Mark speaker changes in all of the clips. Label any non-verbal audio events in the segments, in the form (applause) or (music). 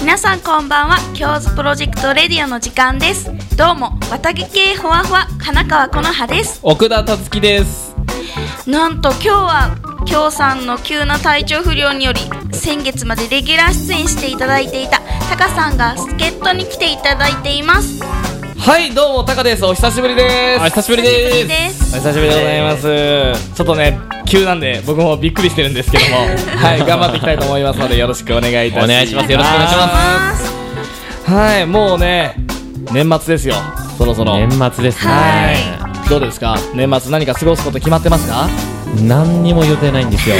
Speaker 1: 皆さんこんばんは京ズプロジェクトレディオの時間ですどうも綿毛系ふわふわ花川この葉です
Speaker 2: 奥田たつきです
Speaker 1: なんと今日は京さんの急な体調不良により先月までレギュラー出演していただいていたタカさんが助っ人に来ていただいています
Speaker 3: はいどうもタカですお久しぶりです
Speaker 2: お久しぶりです
Speaker 1: です
Speaker 3: お久しぶりでございます、ちょっとね急なんで僕もびっくりしてるんですけど
Speaker 2: (laughs)
Speaker 3: もはい頑張っていきたいと思いますのでよろしくお願いいたします
Speaker 2: お願いしますよろしくお願いしま
Speaker 1: ます
Speaker 3: すはいもうね年末ですよそろそろ
Speaker 2: 年末ですね、
Speaker 1: は
Speaker 3: どうですか年末何か過ごすこと決まってますか
Speaker 2: 何にも予定ないんですよ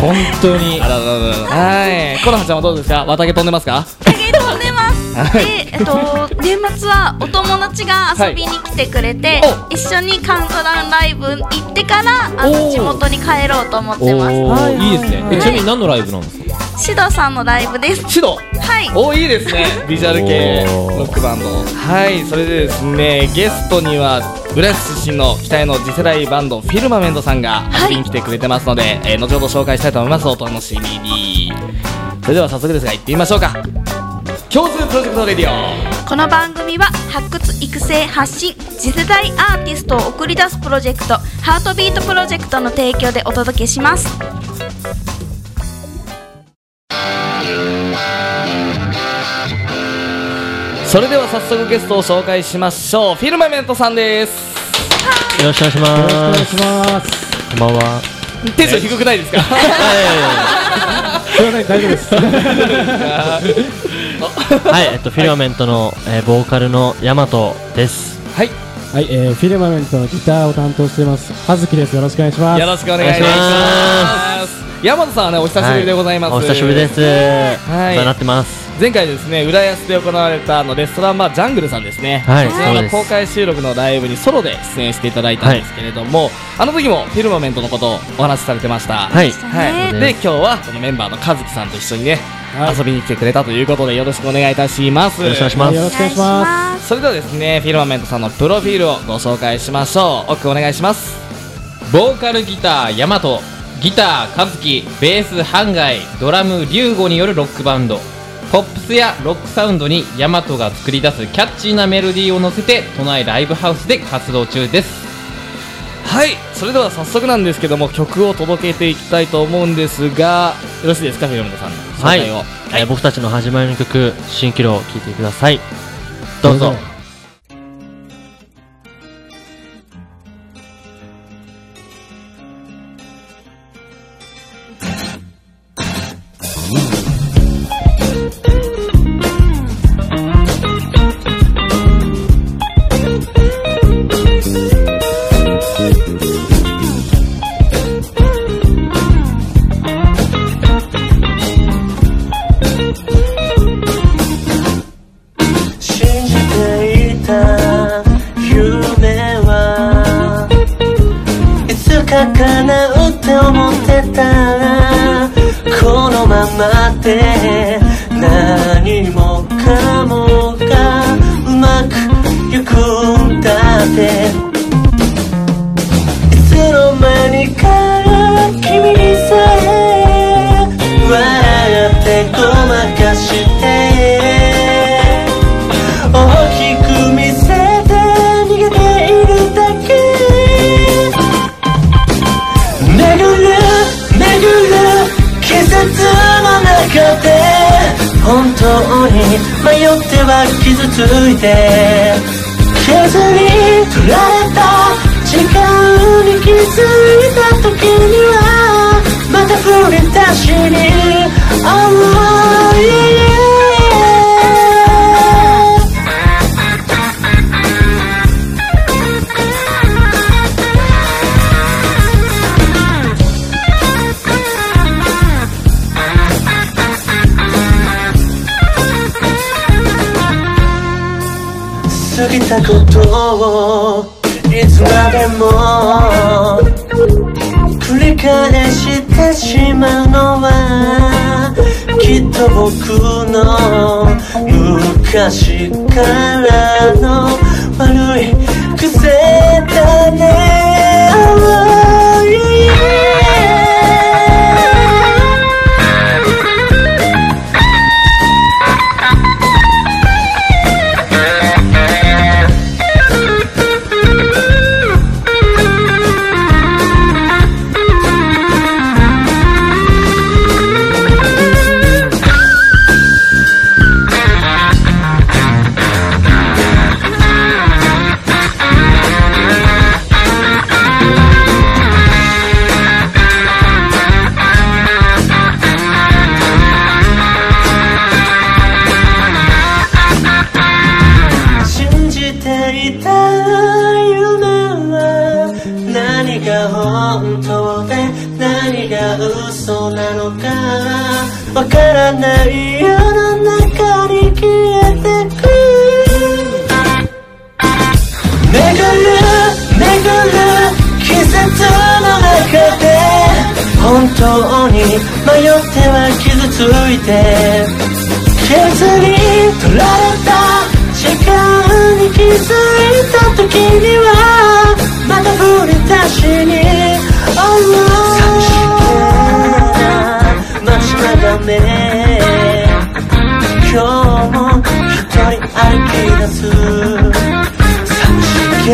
Speaker 2: 本当に
Speaker 3: あららららはいコロハちゃんはどうですか綿毛飛んでますか
Speaker 1: 竹飛んでます、
Speaker 3: はい
Speaker 1: でえっと年末はお友達が遊びに来てくれて、
Speaker 3: は
Speaker 1: 一緒にカウントダウンライブ行ってからあの
Speaker 3: おー
Speaker 1: 地元に帰ろうと思っ
Speaker 2: お
Speaker 1: てます
Speaker 2: おー、いいですね
Speaker 1: は
Speaker 2: え
Speaker 1: い
Speaker 2: ちなみに何のライブなんですか
Speaker 1: シドさんのライブです
Speaker 3: シド
Speaker 1: はい
Speaker 3: おいいですねビジュアル系ロックバンドはいそれでですねゲストには浦安出身の期待の次世代バンドフィルマメントさんが
Speaker 1: はい
Speaker 3: 遊びに来てくれてますので、えー後ほど紹介したいと思いますお楽しみにそれでは早速ですが行ってみましょうか共通プロジェクトレディオ
Speaker 1: この番組は発掘育成発信次世代アーティストを送り出すプロジェクト「ハートビートプロジェクト」の提供でお届けします
Speaker 3: それでは早速ゲストを紹介しましょうフィルマメントさんです
Speaker 2: よろしくお願いします
Speaker 4: ます。
Speaker 2: こんばんは
Speaker 3: テンション低くないです
Speaker 5: (laughs)
Speaker 3: か
Speaker 4: それはね大丈夫です。
Speaker 5: はい、えっと、フィラメントの、えーボーカルのヤマトです。
Speaker 3: はい
Speaker 4: はい、えー、フィルマメントのギターを担当しています。葉月です。よろしくお願いしま
Speaker 3: よ
Speaker 4: す。
Speaker 3: ろしくお願いし
Speaker 5: お
Speaker 3: ます山田さんはねお久しぶりでございます、
Speaker 5: はお久しぶりです。
Speaker 3: い
Speaker 5: お世話になってます。
Speaker 3: 前回ですね浦安で行われたあのレストランバージャングルさんですね、
Speaker 5: はい
Speaker 3: こちら
Speaker 5: そう
Speaker 3: の
Speaker 5: です
Speaker 3: 公開収録のライブにソロで出演していただいたんですけれども、あの時もフィルマメントのことをお話しされてました
Speaker 5: はい
Speaker 1: でし。たね
Speaker 5: そう
Speaker 3: で
Speaker 5: です
Speaker 3: 今日はこのメンバーの和樹さんと一緒にね、
Speaker 4: はい
Speaker 3: 遊びに来てくれたということでよろしくお願いいたします
Speaker 5: よろしくお願いし
Speaker 4: は
Speaker 5: ま
Speaker 4: い、よろ
Speaker 5: す。
Speaker 4: しくお願いします。
Speaker 1: す
Speaker 3: それではですねフィルマメントさんのプロフィールをご紹介しましょう奥お願いします
Speaker 2: ボーカルギターヤマトギターカズキベースハンガイドラムリュウゴによるロックバンドポップスやロックサウンドにヤマトが作り出すキャッチーなメロディーを乗せて都内ライブハウスで活動中です
Speaker 3: はいそれでは早速なんですけども曲を届けていきたいと思うんですがよろしいですかフィルマメントさんの紹
Speaker 5: はい、
Speaker 3: 介を、
Speaker 5: えー僕たちの始まりの曲、新キロを聴いてください。どうぞ。
Speaker 6: 信じていた夢はいつか叶うって思ってたこのままで何もかもがうまくいくんだっていつの間にか君にさえ笑ってごまかして大きく見せて逃げているだけ巡る巡る季節の中で本当に迷っては傷ついて削り取られた時間に気づいた時にはまた振り出しに青い過ぎたことをいつまでも繰り返してしまうのはきっと僕の昔からの悪い癖だね Oh, yeah. 本当で何が嘘なのかわからない世の中に消えてく巡る巡る季節の中で本当に迷っては傷ついて傷に取られた時間に気づいた時にはまた振り出しに Oh, 待ち眺め今日も一人歩き出すけ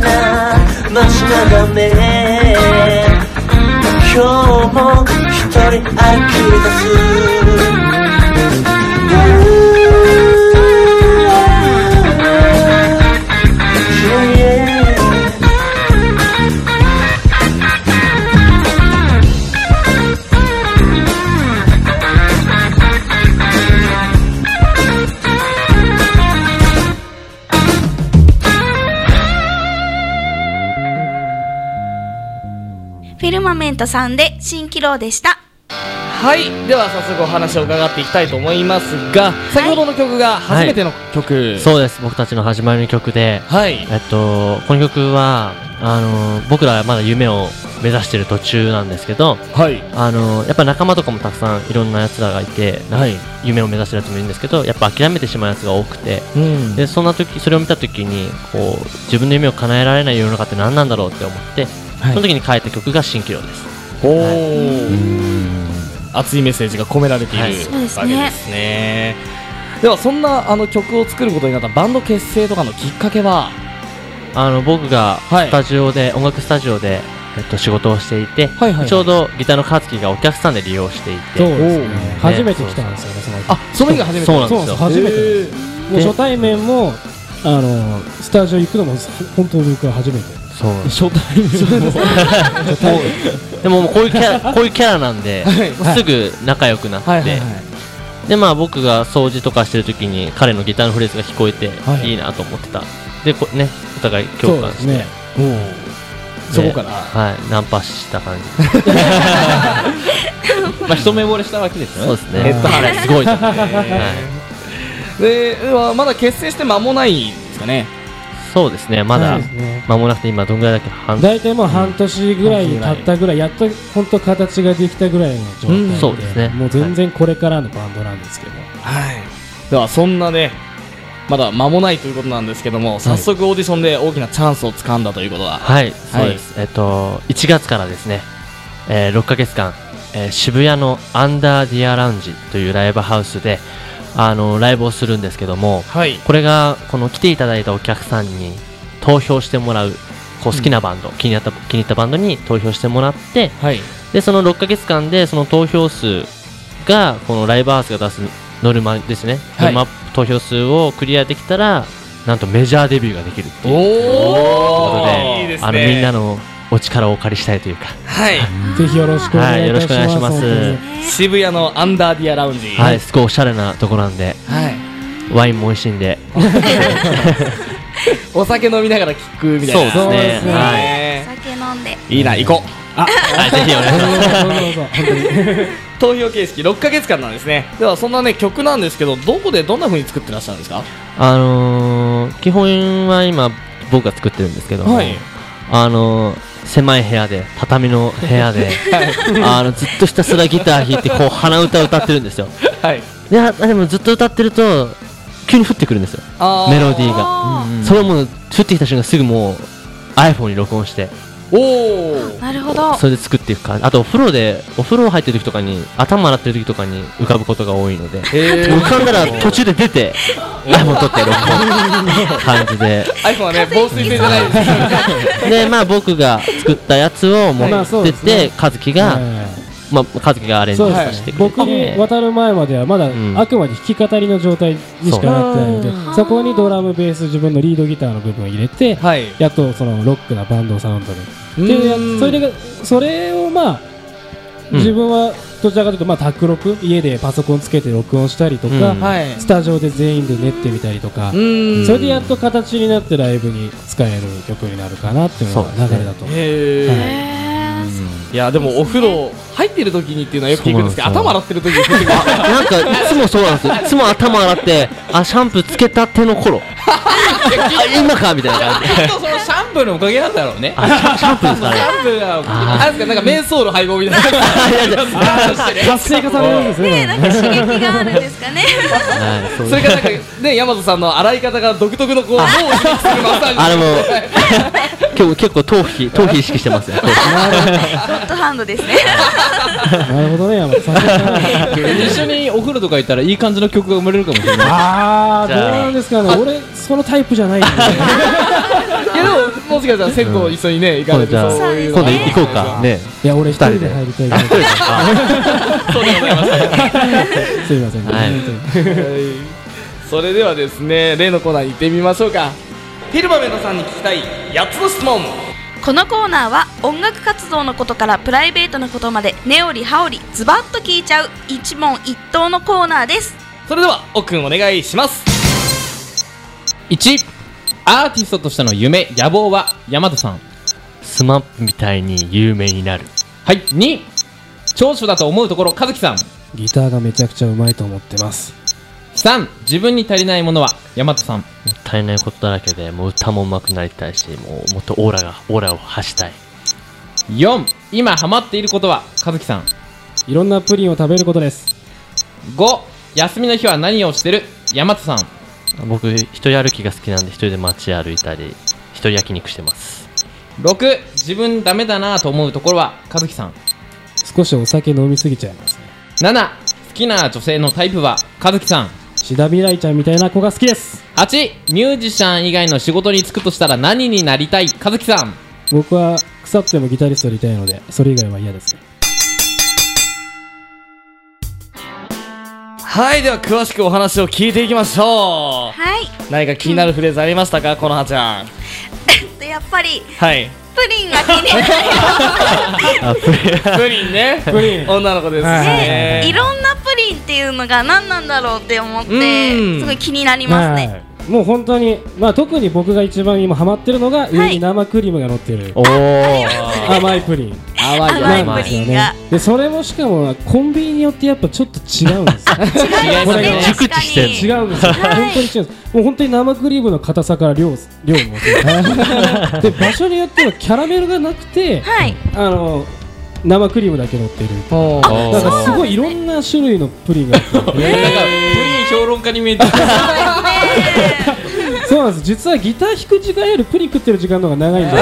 Speaker 6: な街眺め今日も一人歩き出す
Speaker 1: フィルマメントさんで新気楼でした
Speaker 3: はいでは早速お話を伺っていきたいと思いますが先ほどの曲が初めての曲
Speaker 5: そうです僕たちの始まりの曲で、
Speaker 3: はい
Speaker 5: えっと、この曲はあの僕らはまだ夢を目指してる途中なんですけど
Speaker 3: はい
Speaker 5: あのやっぱ仲間とかもたくさんいろんなやつらがいて、なんか
Speaker 3: はい
Speaker 5: 夢を目指してるやつもいるんですけどやっぱ諦めてしまうやつが多くて
Speaker 3: うん
Speaker 5: でそんな時それを見た時にこう自分の夢を叶えられない世の中って何なんだろうって思って、
Speaker 3: はい
Speaker 5: その時に書いた曲が「蜃気楼」です。
Speaker 3: おー熱いメッセージが込められているわ
Speaker 5: は
Speaker 3: け
Speaker 5: い
Speaker 3: です
Speaker 1: そうですね
Speaker 3: ねではそんなあの曲を作ることになったバンド結成とかのきっかけは
Speaker 5: あの僕が
Speaker 3: はい
Speaker 5: スタジオで、音楽スタジオで、えっと、仕事をしていて、
Speaker 3: はいはいはい
Speaker 5: ちょうどギターの勝樹がお客さんで利用していて
Speaker 4: そうですね
Speaker 5: おー
Speaker 4: 初めて来たんですよねその日
Speaker 3: あその日が初めて
Speaker 5: そうなん
Speaker 4: そう
Speaker 5: で
Speaker 4: な
Speaker 5: す
Speaker 4: んです
Speaker 5: よ
Speaker 4: 初めて
Speaker 3: え
Speaker 4: もう初対面もあのスタジオ行くのも本当に僕は初めて
Speaker 5: そうなんです
Speaker 4: 初対面も初対面
Speaker 5: (laughs) でももうこういうキャラこういうキャラなんで、
Speaker 3: はい
Speaker 5: すぐ仲良くなって、
Speaker 3: はいはいはい
Speaker 5: でまあ僕が掃除とかしてる時に彼のギターのフレーズが聞こえて、
Speaker 4: はい
Speaker 5: い、いなと思ってたでこねお互い
Speaker 4: そう
Speaker 5: 共
Speaker 4: で
Speaker 5: 感
Speaker 4: す
Speaker 5: して、
Speaker 4: ね
Speaker 3: おーそこから
Speaker 5: はいナンパした感じ
Speaker 2: まあ、一目惚れしたわけですよね。
Speaker 5: そうですね
Speaker 4: ヘッ
Speaker 5: (laughs)
Speaker 4: ド
Speaker 5: はいすごいと思うはい
Speaker 3: でではまだ結成して間もないんですかね
Speaker 5: そうですねま
Speaker 4: そう
Speaker 5: だ
Speaker 4: ですね
Speaker 5: 間もなくて今どんぐらいだっけ半
Speaker 4: 大体もう半年ぐらい経ったぐらいやっと本当形ができたぐらいの状態で、
Speaker 5: うんそうですね
Speaker 4: もう全然これからのバンドなんですけど、
Speaker 3: はいではそんなねまだ間もないということなんですけども早速オーディションで大きなチャンスを掴んだということは
Speaker 5: はい、そうです。えっと、1月からですね、えー6ヶ月間、えー渋谷のアンダーディアラウンジというライブハウスで、あの、ライブをするんですけども、
Speaker 3: はい
Speaker 5: これが、この来ていただいたお客さんに投票してもらう、こう好きなバンド、気になった、気に入ったバンドに投票してもらって、
Speaker 3: はい
Speaker 5: で、その6ヶ月間で、その投票数が、このライブハウスが出すノルマですね、
Speaker 3: はい
Speaker 5: ノルマ投票数をクリアできたら、なんとメジャーデビューができるっていう。ということ
Speaker 3: お
Speaker 5: で
Speaker 3: いいですね
Speaker 5: あのみんなのお力をお借りしたいというか、
Speaker 3: はい
Speaker 4: ぜひよろしくお願
Speaker 5: はい
Speaker 4: いいたします,
Speaker 5: よろしくお
Speaker 4: 本
Speaker 5: 願いします
Speaker 4: 当に、
Speaker 3: 渋谷のアンダーディアラウンジ
Speaker 5: はい、すごいおしゃれなとこなんで、
Speaker 3: はい
Speaker 5: ワインも美味しいんで、
Speaker 3: お酒飲みながら聞くみたいな
Speaker 5: そうですね
Speaker 3: は
Speaker 1: お
Speaker 3: い
Speaker 1: 酒飲んで
Speaker 3: いいな行こう
Speaker 5: はい、 (laughs) ぜひお願いします。
Speaker 4: どうぞどうぞどうぞ本当に
Speaker 3: 投票形式6ヶ月間なんですねではそんなね曲なんですけどどこでどんな風に作ってらっしゃるんですか
Speaker 5: あのー基本は今僕が作ってるんですけども、
Speaker 3: はい
Speaker 5: あのー狭い部屋で畳の部
Speaker 3: (laughs)
Speaker 5: 屋で、あのずっとひたすらギター弾いてこう鼻歌を歌ってるんですよ。
Speaker 3: はい
Speaker 5: で、あでもずっと歌ってると急に降ってくるんですよ。
Speaker 3: あー
Speaker 5: メロディーが。
Speaker 1: あ
Speaker 5: それをもう降ってきた瞬間すぐもう iPhone に録音して。
Speaker 3: お
Speaker 1: ー
Speaker 3: お
Speaker 1: なるほど
Speaker 5: それで作っていく感じあとお風呂でお風呂入ってる時とかに頭洗ってる時とかに浮かぶことが多いので
Speaker 3: え
Speaker 5: 浮かんだら途中で出て iPhone 取って
Speaker 4: (laughs)
Speaker 5: 録音感じで
Speaker 3: iPhone はね防水性じゃないです
Speaker 5: でまあ僕が作ったやつを持
Speaker 4: まあそう
Speaker 5: って
Speaker 4: で
Speaker 5: っ
Speaker 4: すね
Speaker 5: て和樹が
Speaker 4: え
Speaker 5: まあ和樹がアレ
Speaker 4: え
Speaker 5: ンジ
Speaker 4: そう
Speaker 5: さ
Speaker 4: で
Speaker 5: せ
Speaker 4: す
Speaker 5: て
Speaker 4: ね
Speaker 5: くれ
Speaker 4: 僕
Speaker 5: て
Speaker 4: に渡る前まではまだ
Speaker 5: ん
Speaker 4: あくまで弾き語りの状態にしかなってないので
Speaker 3: そ
Speaker 4: そこにドラムベース自分のリードギターの部分を入れて、
Speaker 3: はい
Speaker 4: やっとそのロックなバンドサウンドででや
Speaker 3: うん
Speaker 4: それがそれをまあ
Speaker 5: うん
Speaker 4: 自分はどちらかというとまあ宅録家でパソコンつけて録音したりとか、
Speaker 5: うん
Speaker 3: はい
Speaker 4: スタジオで全員で練ってみたりとか、
Speaker 3: うん
Speaker 4: それでやっと形になってライブに使える曲になるかなっていうのが流れだと、
Speaker 3: へいやでもお風呂入ってる時にっていうのはよく聞くんですけど
Speaker 5: そうなん
Speaker 3: 頭洗っ
Speaker 5: ですよ
Speaker 3: てる時に出てくる
Speaker 5: なんかいつもそうなんですよいつも頭洗ってあシャンプーつけたての頃あ今かみたいな感じ
Speaker 2: きっとそのシャンプーのおかげなんだろうね
Speaker 5: あシャシャンプーですか
Speaker 4: (laughs)
Speaker 5: ね
Speaker 3: シャンプーが
Speaker 5: あ
Speaker 3: あれですかなんかメンソール配合みたいな
Speaker 4: 活性化されるんです
Speaker 1: ね
Speaker 4: ね。
Speaker 1: なんか刺激があるんですかね
Speaker 5: はいそう
Speaker 3: それからなんかね大和さんの洗い方が独特のこう脳を刺激するマッサージ
Speaker 5: あれも今日結構頭皮頭皮意識してますよ頭皮
Speaker 1: ゴッドハンドですね
Speaker 4: なるほどね、山田さん。
Speaker 2: 一緒にお風呂とか行ったらいい感じの曲が生まれるかもしれない
Speaker 4: ああ、
Speaker 5: じ
Speaker 4: どう
Speaker 5: ゃあ
Speaker 4: なんですかね。俺、そのタイプじゃないんで。
Speaker 3: いやでももしかしたら銭湯一緒にね行かれて
Speaker 5: じゃあ
Speaker 3: そういう
Speaker 5: 今
Speaker 3: の
Speaker 5: 度行こうかね
Speaker 4: い (laughs) や、俺一人で入りたいか
Speaker 5: あ一人で
Speaker 3: (laughs)
Speaker 5: あ
Speaker 4: ら。すみません。
Speaker 5: は
Speaker 3: は
Speaker 5: い
Speaker 3: いそれではですね例のコーナーに行ってみましょうかフィルマメントさんに聞きたい8つの質問
Speaker 1: このコーナーは音楽活動のことからプライベートのことまで根織り葉織りズバッと聞いちゃう一問一答のコーナーです
Speaker 3: それでは奥くんお願いします
Speaker 2: 1アーティストとしての夢野望は山田さん
Speaker 5: スマップみたいに有名になる
Speaker 2: はい2長所だと思うところ和樹さん
Speaker 4: ギターがめちゃくちゃうまいと思ってます。
Speaker 2: 3自分に足りないものは山田さん
Speaker 5: もったいないことだらけでもう歌も上手くなりたいしもうもっとオーラがオーラを発したい
Speaker 2: 4今ハマっていることは和樹さん
Speaker 4: いろんなプリンを食べることです。
Speaker 2: 5休みの日は何をしてる山田さん
Speaker 5: 僕一人歩きが好きなんで一人で街歩いたり一人焼肉してます
Speaker 2: 6自分ダメだなぁと思うところは和樹さん
Speaker 4: 少しお酒飲みすぎちゃいます。
Speaker 2: 7好きな女性のタイプは和樹さん
Speaker 4: シダビライちゃんみたいな子が好きです。
Speaker 2: 8ミュージシャン以外の仕事に就くとしたら何になりたい和樹さん
Speaker 4: 僕は腐ってもギタリストでいたいので、それ以外は嫌ですね。
Speaker 3: はいでは詳しくお話を聞いていきましょ
Speaker 1: はいう (laughs)
Speaker 3: 何か気になるフレーズありましたかこのはちゃん
Speaker 1: でやっぱり
Speaker 3: はい
Speaker 1: プリンが気になる
Speaker 3: プリン (laughs) ねプ
Speaker 4: リン
Speaker 3: 女の子です
Speaker 4: は
Speaker 3: ね
Speaker 1: いろんなプリンっていうのが何なんだろうって思っ
Speaker 3: うん
Speaker 1: てすごい気になりますね、
Speaker 4: はいもう本当に、まあ、特に僕が一番今ハマってるのが上に生クリームが乗ってる
Speaker 5: おお
Speaker 4: 甘いプリン
Speaker 3: 淡いよ
Speaker 1: 甘
Speaker 4: ないん
Speaker 1: プ
Speaker 4: です
Speaker 1: リ
Speaker 4: よ
Speaker 1: ンが
Speaker 4: ねでそれもしかもコンビニによってやっぱちょっと違うんです
Speaker 1: (laughs)
Speaker 4: よ
Speaker 1: 違いますね
Speaker 5: これ
Speaker 1: 確
Speaker 5: が熟
Speaker 1: か
Speaker 5: 知してる
Speaker 1: に
Speaker 4: 違うんですよ、
Speaker 1: はい
Speaker 4: 本当に違うんですもう本当に生クリームの硬さから量す量
Speaker 1: (laughs)
Speaker 4: もそうで場所によってはキャラメルがなくて
Speaker 1: はい
Speaker 4: あの生クリームだけ乗ってる
Speaker 3: おー
Speaker 4: だからすごいいろんな種類のプリンがあっ
Speaker 1: (laughs)
Speaker 4: て
Speaker 2: なんかプリン評論家に見えて
Speaker 3: (laughs)
Speaker 2: る
Speaker 4: そうなんです実はギター弾く時間よりプリン食ってる時間の方が長いんで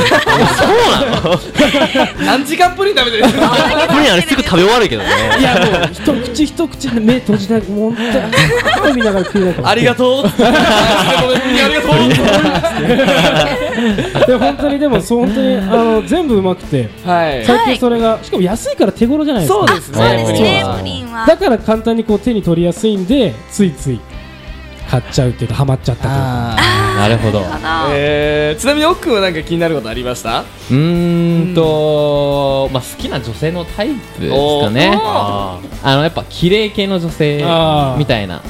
Speaker 3: 何時間プリン食べてる
Speaker 5: プリンあれすぐ食べ終わるけどね
Speaker 4: いやもう一口一口で目閉じながらもう本当に見ながら食いながら
Speaker 3: ありが (laughs) とうごめんプリンありがと
Speaker 2: (laughs)
Speaker 3: う
Speaker 4: で本当にでもそう本当にあの全部うまくて
Speaker 3: はい
Speaker 4: 最近それがしかも安いから手頃じゃないですか
Speaker 3: そうです
Speaker 1: そうですね
Speaker 5: そう
Speaker 1: プリンは
Speaker 4: だから簡単にこう手に取りやすいんでついつい買っちゃうっていうかハマっちゃったというか
Speaker 2: なるほどう
Speaker 1: あの
Speaker 3: えーちなみに奥くんは何か気になることありました
Speaker 2: ーんとまあ好きな女性のタイプですかね
Speaker 5: あ
Speaker 2: あのやっぱ綺麗系の女性
Speaker 4: あー
Speaker 2: みたいな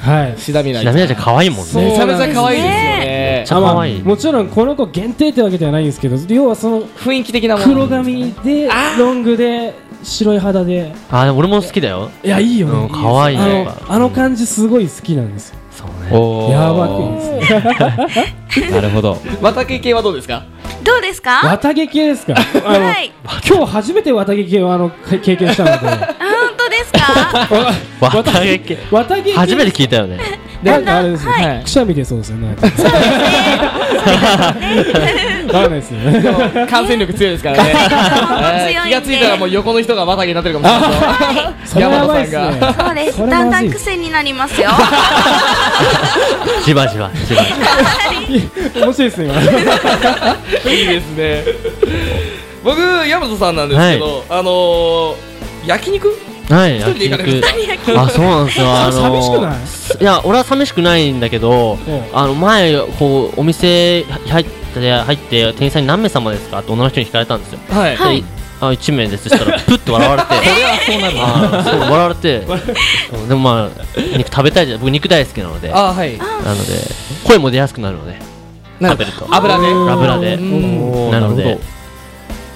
Speaker 4: はい
Speaker 3: シダミ
Speaker 5: あ
Speaker 3: ラ
Speaker 5: ちなみにじゃ可愛いもん
Speaker 4: そう
Speaker 5: ね
Speaker 3: めちゃめちゃ可愛いですよ
Speaker 5: め
Speaker 3: ね
Speaker 5: っちゃ可愛い
Speaker 4: あまあもちろんこの子限定ってわけではないんですけど要はその
Speaker 3: 雰囲気的なもの
Speaker 4: 黒髪でロングで白い肌で
Speaker 5: あでも俺も好きだよ
Speaker 4: いやいいよ
Speaker 5: うん
Speaker 4: ね
Speaker 5: 可愛い
Speaker 4: あ
Speaker 5: ね
Speaker 4: のあの感じすごい好きなんですよ
Speaker 5: そうね (laughs)
Speaker 2: おー
Speaker 4: やばくいいですね
Speaker 2: なるほど
Speaker 3: 綿毛系はどうですか
Speaker 1: どうですか
Speaker 4: 綿毛系ですかあの
Speaker 1: はい
Speaker 4: 今日初めて綿毛系をあのか経験したので
Speaker 5: (laughs)
Speaker 1: あ本当ですか
Speaker 5: 綿毛系
Speaker 4: 綿毛系
Speaker 5: 初めて聞いたよね
Speaker 4: なんかあれですよ、
Speaker 1: はい
Speaker 4: はいくしゃみ出そうですよねわかんないですよね
Speaker 3: 感染力強いですからね
Speaker 1: はい
Speaker 3: えー気がついたらもう横の人が綿毛になってるかもしれ
Speaker 4: (laughs)
Speaker 3: ないです
Speaker 4: そ
Speaker 3: よ
Speaker 4: れや
Speaker 3: 山
Speaker 4: ばい
Speaker 3: 田
Speaker 4: っ
Speaker 3: さ
Speaker 4: す
Speaker 3: ん
Speaker 1: そう
Speaker 3: が
Speaker 4: ね
Speaker 1: です
Speaker 4: それ
Speaker 1: だんだ
Speaker 4: まず
Speaker 1: ん
Speaker 4: い
Speaker 1: 癖になりますよ
Speaker 3: (laughs)
Speaker 5: じわじわじわじわ
Speaker 4: 面白いですね今
Speaker 3: いいですね僕山田さんなんですけど、あのー、焼肉
Speaker 5: はい、
Speaker 3: 人で
Speaker 5: 焼
Speaker 3: 行かれるん
Speaker 5: 肉
Speaker 3: で。
Speaker 5: あ、そうなんですよ。あの
Speaker 4: 寂しくない
Speaker 5: いや、俺は寂しくないんだけど
Speaker 4: ええ、
Speaker 5: あの前こうお店入って入って店員さんに何名様ですかって女の人に聞かれたんですよ。
Speaker 3: はい、
Speaker 1: はい
Speaker 5: で。あ、一名です。そしたら
Speaker 3: (laughs)
Speaker 5: プッて笑われて。そうそう笑われて。うんでもまあ肉食べたいじゃん。僕肉大好きなので。な
Speaker 3: あはい
Speaker 5: ので声も出やすくなるので。
Speaker 3: なん
Speaker 5: 食
Speaker 3: か
Speaker 5: べると。
Speaker 3: 油ね
Speaker 5: 油で。
Speaker 3: うん
Speaker 5: なので。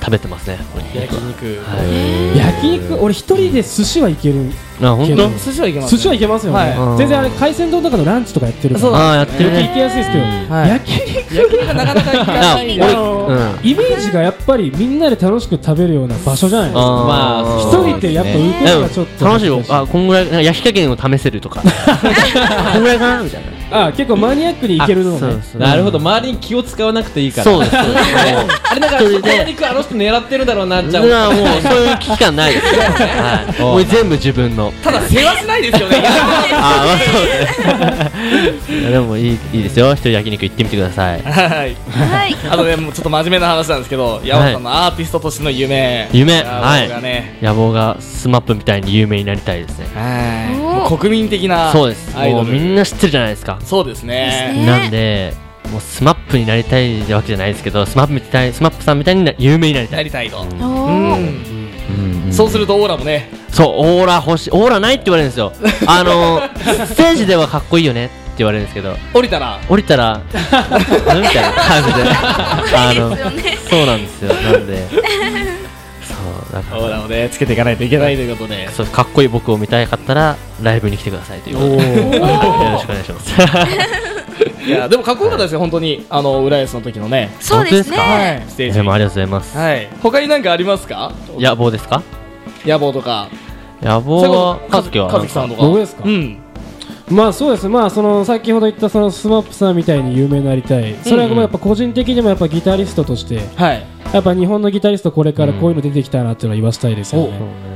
Speaker 5: 食べてますね。お肉
Speaker 3: 焼肉
Speaker 5: はい。
Speaker 4: 焼肉俺一人で寿司はいける
Speaker 5: あ、本
Speaker 4: け
Speaker 5: 当
Speaker 4: ど。
Speaker 3: 寿司はいけます
Speaker 4: 寿司はいけますよね、
Speaker 5: はい
Speaker 4: 全然あれ海鮮丼とかのランチとかやってるから
Speaker 3: そう
Speaker 5: ああ、やってる
Speaker 4: 行
Speaker 5: ね。
Speaker 4: きやすいですけど、
Speaker 3: はい
Speaker 4: 焼肉
Speaker 3: 焼肉がなかなか行かないんだ
Speaker 5: あ
Speaker 3: よ
Speaker 5: うん。
Speaker 4: イメージがやっぱりみんなで楽しく食べるような場所じゃないですか
Speaker 2: まあ
Speaker 4: 一
Speaker 2: そう
Speaker 4: 人でやっぱ浮くのがちょっと
Speaker 5: 楽しいよ。あ、こんぐらい、なんか焼き加減を試せるとか。こんぐらいかなみたいな。
Speaker 4: あ結構マニアックにいけるの
Speaker 5: あそう
Speaker 4: ね
Speaker 5: です
Speaker 2: なるほど周りに気を使わなくていいから
Speaker 5: そうです。そうです
Speaker 2: あれだから
Speaker 5: 一人で
Speaker 2: 焼肉あの人狙ってるだろうなじ
Speaker 5: だ
Speaker 2: ゃあ
Speaker 5: からもう、そういう危機感ないです。はい。もう全部自
Speaker 3: (laughs)
Speaker 5: 分の。
Speaker 3: ただ世話しないですよね
Speaker 5: あー、まあ、そうね。いやでも、いい、いいですよ。一人焼肉行ってみてください。
Speaker 3: はい
Speaker 1: はい
Speaker 3: あとねもうちょっと真面目な話なんですけど山本さんのアーティストとしての夢
Speaker 5: 夢
Speaker 3: はいがね
Speaker 5: 野望がスマップみたいに有名になりたいですね。
Speaker 3: はい
Speaker 1: おー
Speaker 3: もう国民的な
Speaker 5: そうです。
Speaker 3: アイ
Speaker 5: も
Speaker 3: ド
Speaker 5: うみ
Speaker 3: ル
Speaker 5: んな知ってるじゃないですか。
Speaker 3: そうですね
Speaker 1: ね
Speaker 5: なんで、もうスマップになりたいわけじゃないですけど、スマップみたい、スマップさんみたいにな有名になりた
Speaker 3: や
Speaker 5: い。
Speaker 3: りたいと
Speaker 1: お
Speaker 3: う
Speaker 1: おー
Speaker 3: んそうするとオーラもね
Speaker 5: そう、オーラ欲しい、オーラないって言われるんですよ。あの、 (laughs) ステージではかっこいいよねって言われるんですけど、
Speaker 3: 降りたら
Speaker 5: 降りた (laughs) ら、んみたいな感じで。あの、そうなんですよ。なんで。そう、だか
Speaker 3: オーラをねつけていかないといけないということで
Speaker 5: ら、そう、かっこいい僕を見たかったら、ライブに来てくださいということで。 (laughs) よろしくお願い
Speaker 3: (laughs)
Speaker 5: します。
Speaker 3: いやでもかっこよかったですよ本当にあの浦安の時のね
Speaker 1: そうです
Speaker 5: 本当
Speaker 1: ね
Speaker 3: ステージ
Speaker 5: でもありがとうございます。
Speaker 3: はい他になんかありますか
Speaker 5: 野望ですか
Speaker 3: 野望とか
Speaker 5: 野望は、かずきはなんか。
Speaker 3: 和樹さんとか
Speaker 4: 僕ですか
Speaker 3: うん
Speaker 4: まあそうですまあその先ほど言ったそのスマップさんみたいに有名になりたいそれはまあやっぱ個人的にもやっぱギタリストとして
Speaker 3: はい
Speaker 4: やっぱ日本のギタリストこれからこういうの出てきたなっていうのは言わせたいですよね、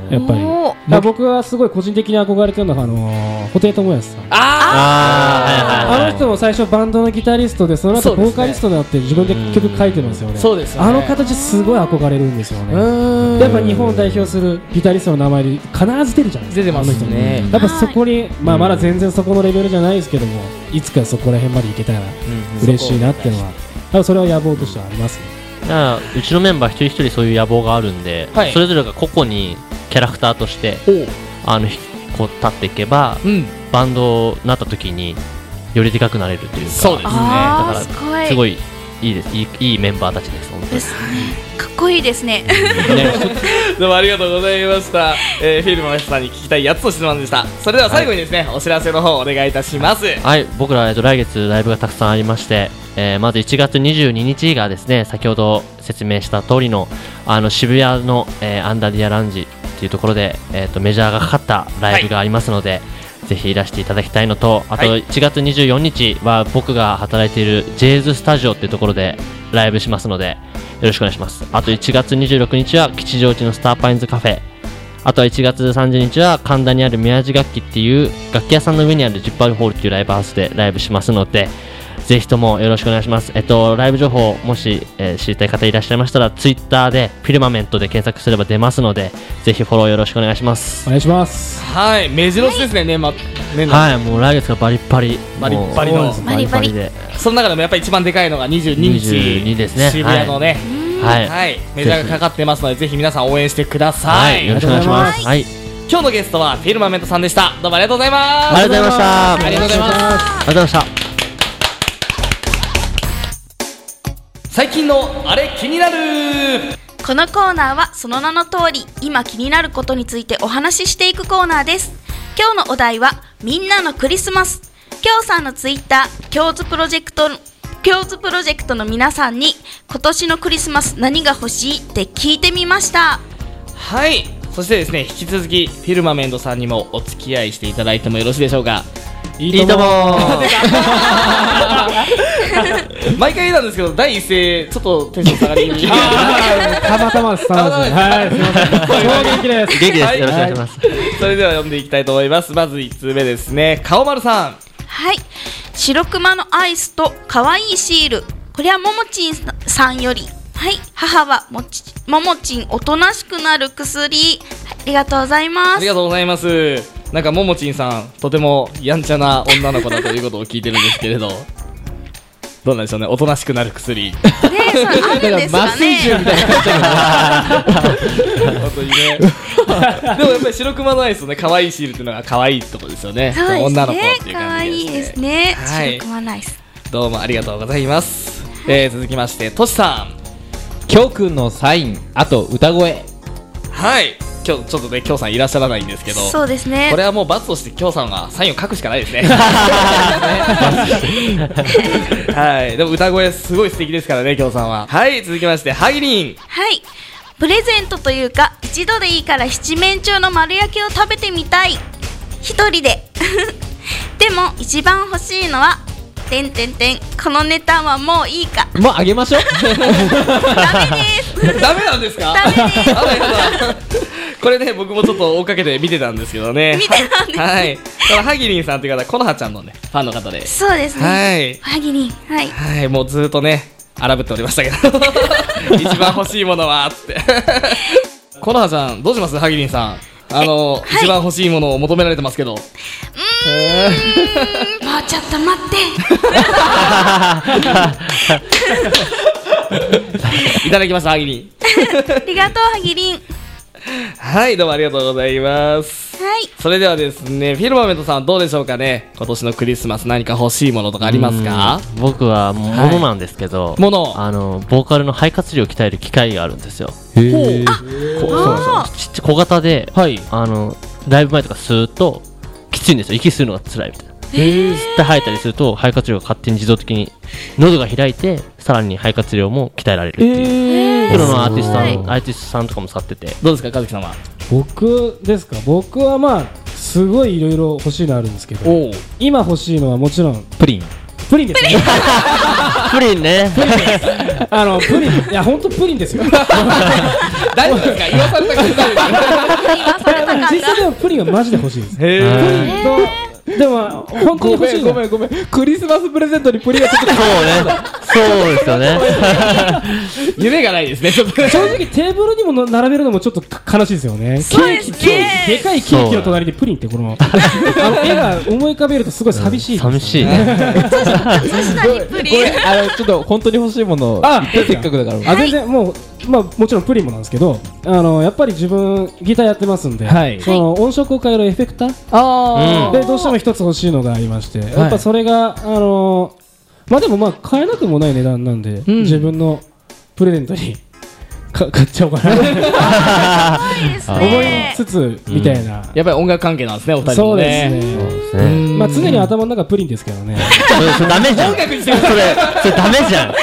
Speaker 4: やっぱり
Speaker 1: おー
Speaker 4: まあ僕はすごい個人的に憧れてるのはあのー布袋寅泰さん
Speaker 3: あ
Speaker 5: あーはいはい
Speaker 4: あ
Speaker 5: はい
Speaker 4: の人も最初バンドのギタリストでその
Speaker 3: そ
Speaker 4: 後
Speaker 3: うですね
Speaker 4: ボーカリストになって自分で曲書いてるんですよね
Speaker 3: そうですよね
Speaker 4: あの形すごい憧れるんですよ
Speaker 3: ーう
Speaker 4: ね
Speaker 3: ーん
Speaker 4: やっぱ日本を代表するギタリストの名前で必ず出るじゃないですか
Speaker 3: 出てますね
Speaker 4: あの人やっぱそこにまあまだ全然そこのレベルじゃないですけどもいつかそこら辺まで行けたら嬉しいなっていうのは多分それは野望としてはありますね
Speaker 5: だからうちのメンバー一人一人そういう野望があるんで、
Speaker 3: はい
Speaker 5: それぞれが個々にキャラクターとして
Speaker 3: おう
Speaker 5: あのひこう立っていけば
Speaker 3: うん
Speaker 5: バンドになった時によりでかくなれるというか
Speaker 3: そうですね
Speaker 5: だ
Speaker 1: あ
Speaker 5: から
Speaker 1: ーすごい
Speaker 5: すごいいいですいいいいメンバーたちです本当
Speaker 1: ですねかっこいいですね
Speaker 3: どうもありがとうございました、えー、フィルムマスターに聞きたいやつの質問でしたそれでは最後にですね、お知らせの方お願いいたします
Speaker 5: はい、僕ら、えっと、来月ライブがたくさんありまして、えーまず1月22日がですね、先ほど説明した通りの、あの、渋谷の、えーアンダーディアラウンジっていうところで、えっ、と、メジャーがかかったライブがありますので、ぜひいらしていただきたいのと、あと
Speaker 3: はい
Speaker 5: 1月24日は僕が働いているジェイズスタジオっていうところでライブしますので、よろしくお願いします。あと1月26日は吉祥寺のスターパインズカフェ、あとは1月30日は神田にある宮地楽器っていう楽器屋さんの上にあるジッパーホールっていうライブハウスでライブしますのでぜひともよろしくお願いします。えっと、ライブ情報もし、えー知りたい方いらっしゃいましたらツイッターでフィルマメントで検索すれば出ますのでぜひフォローよろしくお願いします
Speaker 4: お。願いします
Speaker 3: はい目白押しですね、年末年内、
Speaker 5: はい、もう来月がバリッパリ。
Speaker 3: バリッバリの
Speaker 5: もうそうで
Speaker 1: バ
Speaker 5: す
Speaker 1: リバリ
Speaker 5: で。
Speaker 3: その中でもやっぱり一番でかいのが22日
Speaker 5: 22ですね
Speaker 3: 渋谷のね、
Speaker 5: は
Speaker 3: はい
Speaker 5: い。はい。
Speaker 3: メジャーがかかってますのでぜひ皆さん応援してください、
Speaker 5: よろしくお願いします。はい。
Speaker 3: 今日のゲストはフィルマメントさんでしたどうもありがとうございます
Speaker 5: ありがとうございました。
Speaker 3: ありがとうございます
Speaker 5: ありがとうございました。
Speaker 3: 最近のあれ気になる
Speaker 1: このコーナーはその名の通り今気になることについてお話ししていくコーナーです今日のお題はみんなのクリスマスきょうさんのツイッターきょうずプロジェクトきょうずプロジェクトの皆さんに今年のクリスマス何が欲しいって聞いてみました
Speaker 3: はいそしてですね引き続きフィルマメントさんにもお付き合いしていただいてもよろしいでしょうか
Speaker 5: いいとも。
Speaker 3: 毎回なんですけど第一声ちょっとテンション下がり気味
Speaker 5: (laughs)
Speaker 4: たまたまですたまたまですはいすいません超元気です
Speaker 5: 元気です。よろしくお願いします。
Speaker 3: それでは読んでいきたいと思いますまず1通目ですね顔丸さん
Speaker 1: はい白熊のアイスと可愛いシールこれはももちんさんよりはい母はもちももちんおとなしくなる薬ありがとうございま
Speaker 3: あ
Speaker 1: す
Speaker 3: りがとうございますなんかももちんさんとてもやんちゃな女の子だということを聞いてるんですけれどどうなんでしょうねおとなしくなる
Speaker 1: (laughs) ね
Speaker 3: 薬
Speaker 1: え、それあるんですかね。
Speaker 3: 本当にね (laughs)
Speaker 1: (laughs)
Speaker 3: でもやっぱり白熊のアイスのね可愛いシールっていうのが可愛いところですよね
Speaker 1: そうです
Speaker 3: 女の子っ
Speaker 1: ね
Speaker 3: てい。う
Speaker 1: 可
Speaker 3: 感
Speaker 1: 愛い
Speaker 3: じがして
Speaker 1: ですね。
Speaker 3: はい
Speaker 1: 白くはないです。
Speaker 3: どうもありがとうございます、えー続きましてとしさん
Speaker 2: きょうくんのサインあと歌声
Speaker 3: はい今日ちょっとねきょうさんいらっしゃらないんですけど
Speaker 1: そうですね
Speaker 3: これはもう罰としてきょうさんはサインを書くしかないです
Speaker 1: (laughs)
Speaker 3: ねはいでも歌声すごい素敵ですからねきょうさんははい続きましてハギリン
Speaker 1: はいプレゼントというか一度でいいから七面鳥の丸焼きを食べてみたい一人で (laughs) でも一番欲しいのはてんてんてんこのネタはもういいか
Speaker 3: (laughs)
Speaker 2: もうあげましょう
Speaker 1: ダメです
Speaker 3: ダメなんですか
Speaker 1: ダメです
Speaker 3: あらやだこれね僕もちょっと追っかけて見てたんですけどね
Speaker 1: 見てたんです
Speaker 3: はいただハギリンさんという方このはちゃんのねファンの方 (laughs) で
Speaker 1: そうですね
Speaker 3: はい
Speaker 1: はぎりん
Speaker 3: (laughs)
Speaker 1: はい
Speaker 3: はいもうずっとね荒ぶっておりましたけど一番欲しいもの
Speaker 1: (laughs)
Speaker 3: はってこのはちゃんどうしますハギリンさんあの、
Speaker 1: えはい
Speaker 3: 一番欲しいものを求められてますけど
Speaker 1: もうちょっと待って
Speaker 3: いただきましたハギリン
Speaker 1: ありがとうはぎりんは
Speaker 3: はいどうもありがとうございます
Speaker 1: い
Speaker 3: それではですねフィルマメントさんどうでしょうかね今年のクリスマス何か欲しいものとかありますか
Speaker 5: うん僕はも
Speaker 3: はい
Speaker 5: のなんですけど、
Speaker 3: もの
Speaker 5: あのボーカルの肺活量を鍛える機械があるんですよ
Speaker 2: へ
Speaker 1: おー
Speaker 5: ちっちゃ小型で、あのライブ前とか吸うときついんですよ息するのが辛いみたいな吸って吐いたりすると肺活量が勝手に自動的に喉が開いてさらに肺活量も鍛えられるっていう、プロのアーティストさんアーティストさんとかも使ってて
Speaker 3: どうですか和樹さんは
Speaker 4: 僕ですか僕はまあすごいいろいろ欲しいのあるんですけど
Speaker 3: お
Speaker 4: 今欲しいのはもちろん
Speaker 2: プリン
Speaker 4: プリンですね
Speaker 5: プリンね
Speaker 4: あのプリンいや本当プリンです
Speaker 2: (laughs)
Speaker 4: よ
Speaker 3: 大丈夫ですか言わされたくない
Speaker 1: 今されたか
Speaker 3: (laughs)
Speaker 1: った
Speaker 4: 実際でもプリンはマジで欲しいです
Speaker 3: へ
Speaker 5: ー
Speaker 4: プリンとでも本当に欲しいの
Speaker 2: んごめんクリスマスプレゼントにプリンはちょっと
Speaker 5: そうねそうですよね
Speaker 3: 夢がないですねちょっと
Speaker 4: 正直テーブルにもの並べるのもちょっと悲しいですよね
Speaker 1: そうですね
Speaker 4: ケーキでかいケーキの隣でプリンってこのあの絵が思い浮かべるとすごい寂しいですよね
Speaker 5: 寂しいね
Speaker 1: 確かにプリン
Speaker 2: あのちょっと本当に欲しいもの
Speaker 4: あ
Speaker 2: 言ってせっかくだから
Speaker 4: あ全然もう、まあ、もちろんプリンもなんですけどあのやっぱり自分ギターやってますんで、
Speaker 2: はい
Speaker 4: その音色を変えるエフェクター
Speaker 2: あ
Speaker 4: でどうしても一つ欲しいのがありまして、やっぱそれがあのーまあでもまあ買えなくもない値段なんで、自分のプレゼントに (laughs) か買っちゃおうかな
Speaker 1: いいです
Speaker 4: 思い
Speaker 1: ね
Speaker 4: つつみたいな、
Speaker 3: やっぱり音楽関係なんですねお二人
Speaker 4: そ
Speaker 3: も
Speaker 4: うですね
Speaker 3: ね
Speaker 5: そうですね
Speaker 4: まあ常に頭の中プリンですけどね
Speaker 5: それそれダメじゃんそれそれダメじゃん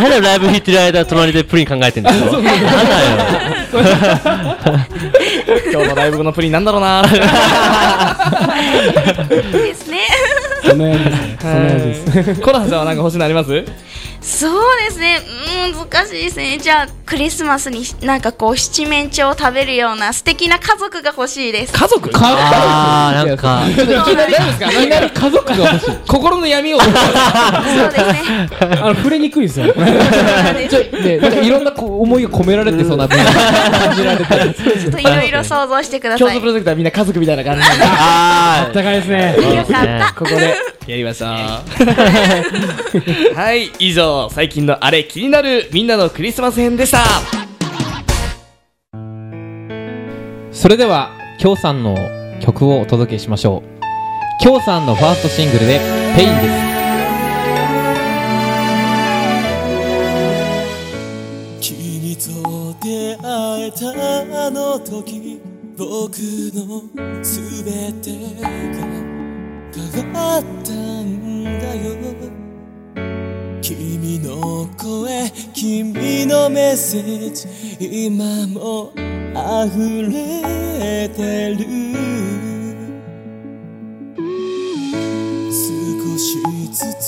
Speaker 5: 何でライブ弾いてる間隣でプリン考えてんですよなんだよ
Speaker 3: 今日のライブ後のプリンなんだろうな
Speaker 1: いいですね
Speaker 4: そんなやつですねそんなやつです
Speaker 3: (laughs) コラハさんはなんか欲しいのあります
Speaker 1: そうですねうん難しいですねじゃあクリスマスになんかこう七面鳥を食べるような素敵な家族が欲しいです
Speaker 3: (laughs) 家族
Speaker 5: あーなんか
Speaker 3: ちょっといきなり大丈夫ですかいきなり家族が欲しい (laughs) 心の闇を
Speaker 1: そうですね
Speaker 4: あの触れにくいですよ (laughs) ね
Speaker 2: ちょねなんかいろんなこう思いが込められてそ
Speaker 3: (laughs)
Speaker 2: うな感じられて
Speaker 1: ちょっといろいろ想像してくだ
Speaker 3: 共
Speaker 1: さ
Speaker 3: 通
Speaker 1: い
Speaker 3: プロジェクトはみんな家族みたいな感じなんで
Speaker 5: あ
Speaker 4: 高いですね
Speaker 5: ー
Speaker 1: よかった
Speaker 3: ここでやりましたはい以上最近のあれ気になるみんなのクリスマス編でした
Speaker 2: それではきょうさんの曲をお届けしましょうきょうさんのファーストシングルで「ペインです
Speaker 6: 君と出会えたあの時僕の全てが変わったんだよ君の声君のメッセージ今も溢れてる少しずつ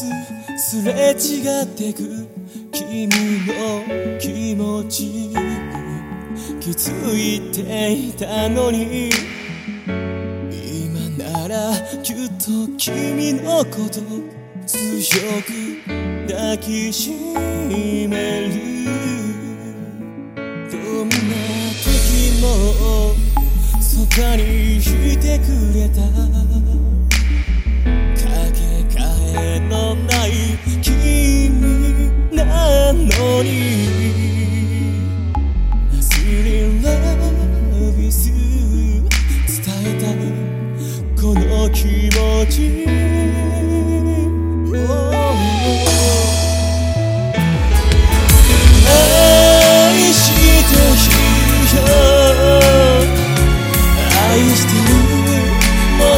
Speaker 6: すれ違ってく君の気持ちに気づいていたのに今ならきっと君のこと強く抱きしめるどんな時もそばにいてくれたかけがえのない君なのに I still love you 伝えたいこの気持ち Oh 愛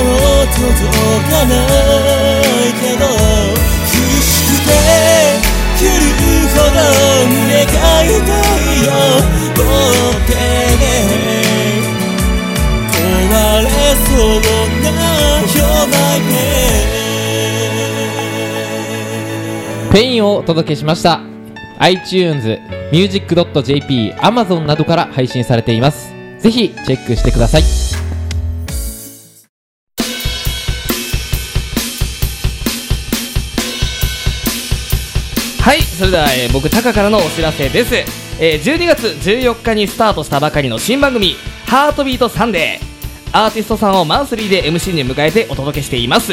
Speaker 7: はないけど苦しくて来るほど胸が痛いよもう手で壊れそうな表題で
Speaker 2: ペインをお届けしました iTunes、music.jp、Amazon などから配信されていますぜひチェックしてください
Speaker 3: はいそれでは、えー僕タカからのお知らせです、えー12月14日にスタートしたばかりの新番組「ハートビートサンデー」アーティストさんをマンスリーで MC に迎えてお届けしています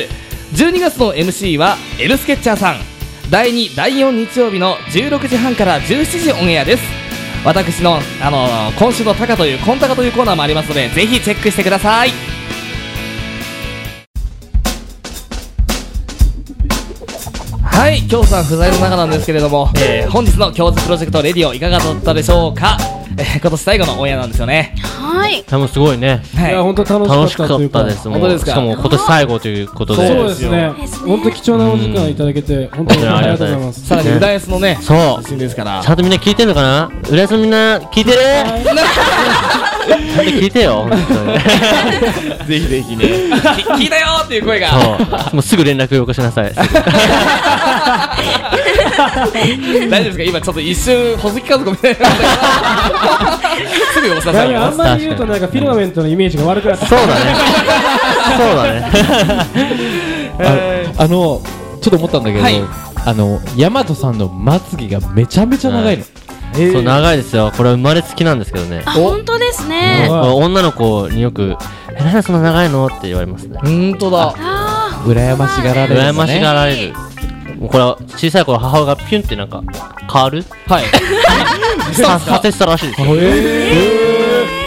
Speaker 3: 12月の MC はエルスケッチャーさん第2第4日曜日の16時半から17時オンエアです私の、あのー今週のタカというコンタカというコーナーもありますのでぜひチェックしてくださいはい、京さん不在の中なんですけれども、えー本日の京都プロジェクトレディオいかがだったでしょうか。 (laughs) えー今年最後のオンエアなんですよね。
Speaker 1: はい。
Speaker 5: 多分すごいね。
Speaker 3: はいい
Speaker 4: や、。本当楽
Speaker 5: 楽
Speaker 4: し
Speaker 5: し
Speaker 4: か
Speaker 5: か
Speaker 4: ったという
Speaker 5: っ
Speaker 4: か
Speaker 5: たです。
Speaker 3: 本当ですか
Speaker 5: しかも今年最後ということで。
Speaker 4: そうですね
Speaker 1: です。ね
Speaker 4: 本当貴重なお時間いただけて、本当にありがとうございます。
Speaker 3: さらに浦安のね、
Speaker 5: そう
Speaker 3: 出身ですから
Speaker 5: ち。ゃんとみんな聞いてんのかな浦安のみんな聞いてるちゃんと聞いてよ、本当に。
Speaker 3: ぜひぜひね。 (laughs) 聞いたよーっていう声が。 (laughs)
Speaker 5: そう。もうすぐ連絡をよこしなさい。すぐ
Speaker 3: 大丈夫ですか今ちょっと一瞬、細木家族みたいになったから。すぐおささ
Speaker 4: だ
Speaker 3: ん
Speaker 4: め
Speaker 3: が
Speaker 4: あんまり言うとなんかフィルマメントのイメージが悪くなって
Speaker 5: そうだね。そうだね。
Speaker 2: ああのちょっと思ったんだけど、
Speaker 3: はい
Speaker 2: あの大和さんのまつげがめちゃめちゃ長いの、
Speaker 5: そう、長いですよ。これは生まれつきなんですけどね。
Speaker 1: あ、本当です
Speaker 5: ね
Speaker 1: ね。
Speaker 5: これ女の子によく、え、なんでそんな長いのって言われますね。
Speaker 3: 本当だ。
Speaker 1: あ
Speaker 2: 羨ましがられる、ね、
Speaker 5: 羨ましがられる。もうこれは小さい頃母親がピュンってなんか変わる
Speaker 3: はい。
Speaker 5: ささせてたらしいですよ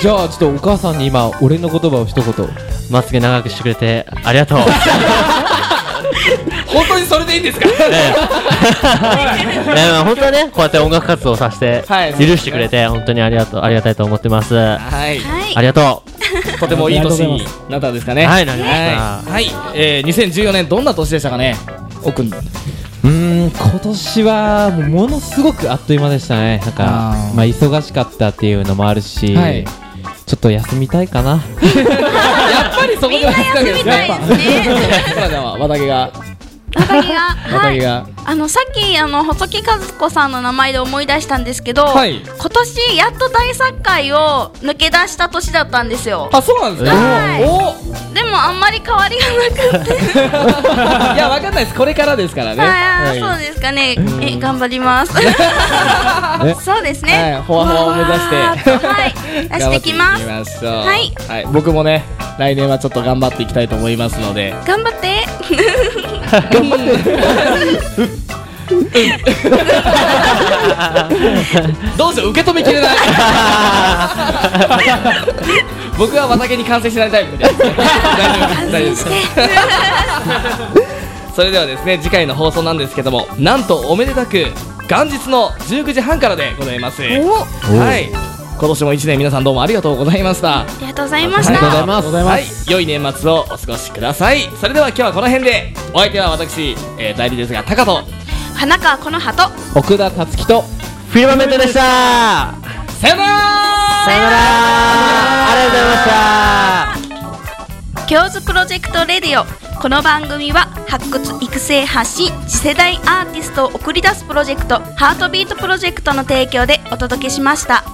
Speaker 2: じゃあちょっとお母さんに今俺の言葉を一言
Speaker 5: まつげ長くしてくれてありがとう
Speaker 3: 本当にそれでいいんですか
Speaker 5: ええいやまあ本当 (laughs) はねこうやって音楽活動をさせて
Speaker 3: はい
Speaker 5: 許してくれて本当にありがとうありがたいと思ってますあ
Speaker 3: (laughs)
Speaker 1: あ。。
Speaker 3: はい
Speaker 1: はい。
Speaker 5: りがと
Speaker 3: とてもいい年になったんですか
Speaker 5: う
Speaker 3: ね。
Speaker 5: はいなりました
Speaker 3: はい。はい。えー、2014年どんな年でしたかね奥に。
Speaker 2: うーん今年はもうものすごくあっという間でしたねなんか
Speaker 3: あー
Speaker 2: まあ忙しかったっていうのもあるし、
Speaker 3: はい
Speaker 2: ちょっと休みたいかな
Speaker 3: やっぱりそ
Speaker 1: み
Speaker 3: こ
Speaker 1: ん
Speaker 3: じゃ
Speaker 1: な
Speaker 3: ない
Speaker 1: 休みたいですね。
Speaker 3: さらちゃんは綿毛が
Speaker 1: 綿毛が、
Speaker 3: 綿
Speaker 1: は
Speaker 3: 毛
Speaker 1: い。
Speaker 3: が
Speaker 1: あのさっきあの細木和子さんの名前で思い出したんですけど、
Speaker 3: はい
Speaker 1: 今年やっと大作会を抜け出した年だったんですよ
Speaker 3: あそうなんです
Speaker 1: はい
Speaker 3: か
Speaker 1: でもあんまり変わりがなくて
Speaker 3: おお (laughs) いやわかんないですこれからですからね
Speaker 1: あー
Speaker 3: は
Speaker 1: そうですかねえ頑張ります (laughs) そうですね、
Speaker 3: はいほわほわを目指して
Speaker 1: わーっとはい出
Speaker 3: い
Speaker 1: してきます
Speaker 3: 頑張っていきましょう
Speaker 1: はい
Speaker 3: はい僕もね来年はちょっと頑張っていきたいと思いますので
Speaker 1: 頑張って
Speaker 3: (laughs) どうしよう受け止めきれない僕は綿毛に完成しないタイプで大丈夫
Speaker 1: (laughs)
Speaker 3: です大丈夫ですそれではですね次回の放送なんですけどもなんとおめでたく元日の19時半からでございますはい今年も一年皆さんどうもありがとうございました
Speaker 1: ありがとうございまし
Speaker 2: ありがとう
Speaker 1: た
Speaker 2: ございます
Speaker 3: はい、良い年末をお過ごしくださいそれでは今日はこの辺でお相手は私、えー代理ですがタカと
Speaker 1: 花川この葉と
Speaker 2: 奥田たつきと
Speaker 5: フィルマメントでしたさ
Speaker 3: さ
Speaker 5: よ
Speaker 3: よなら
Speaker 5: ならありがとうございました
Speaker 1: 京ズプロジェクトレディオこの番組は発掘育成発信次世代アーティストを送り出すプロジェクト「ハートビートプロジェクト」の提供でお届けしました。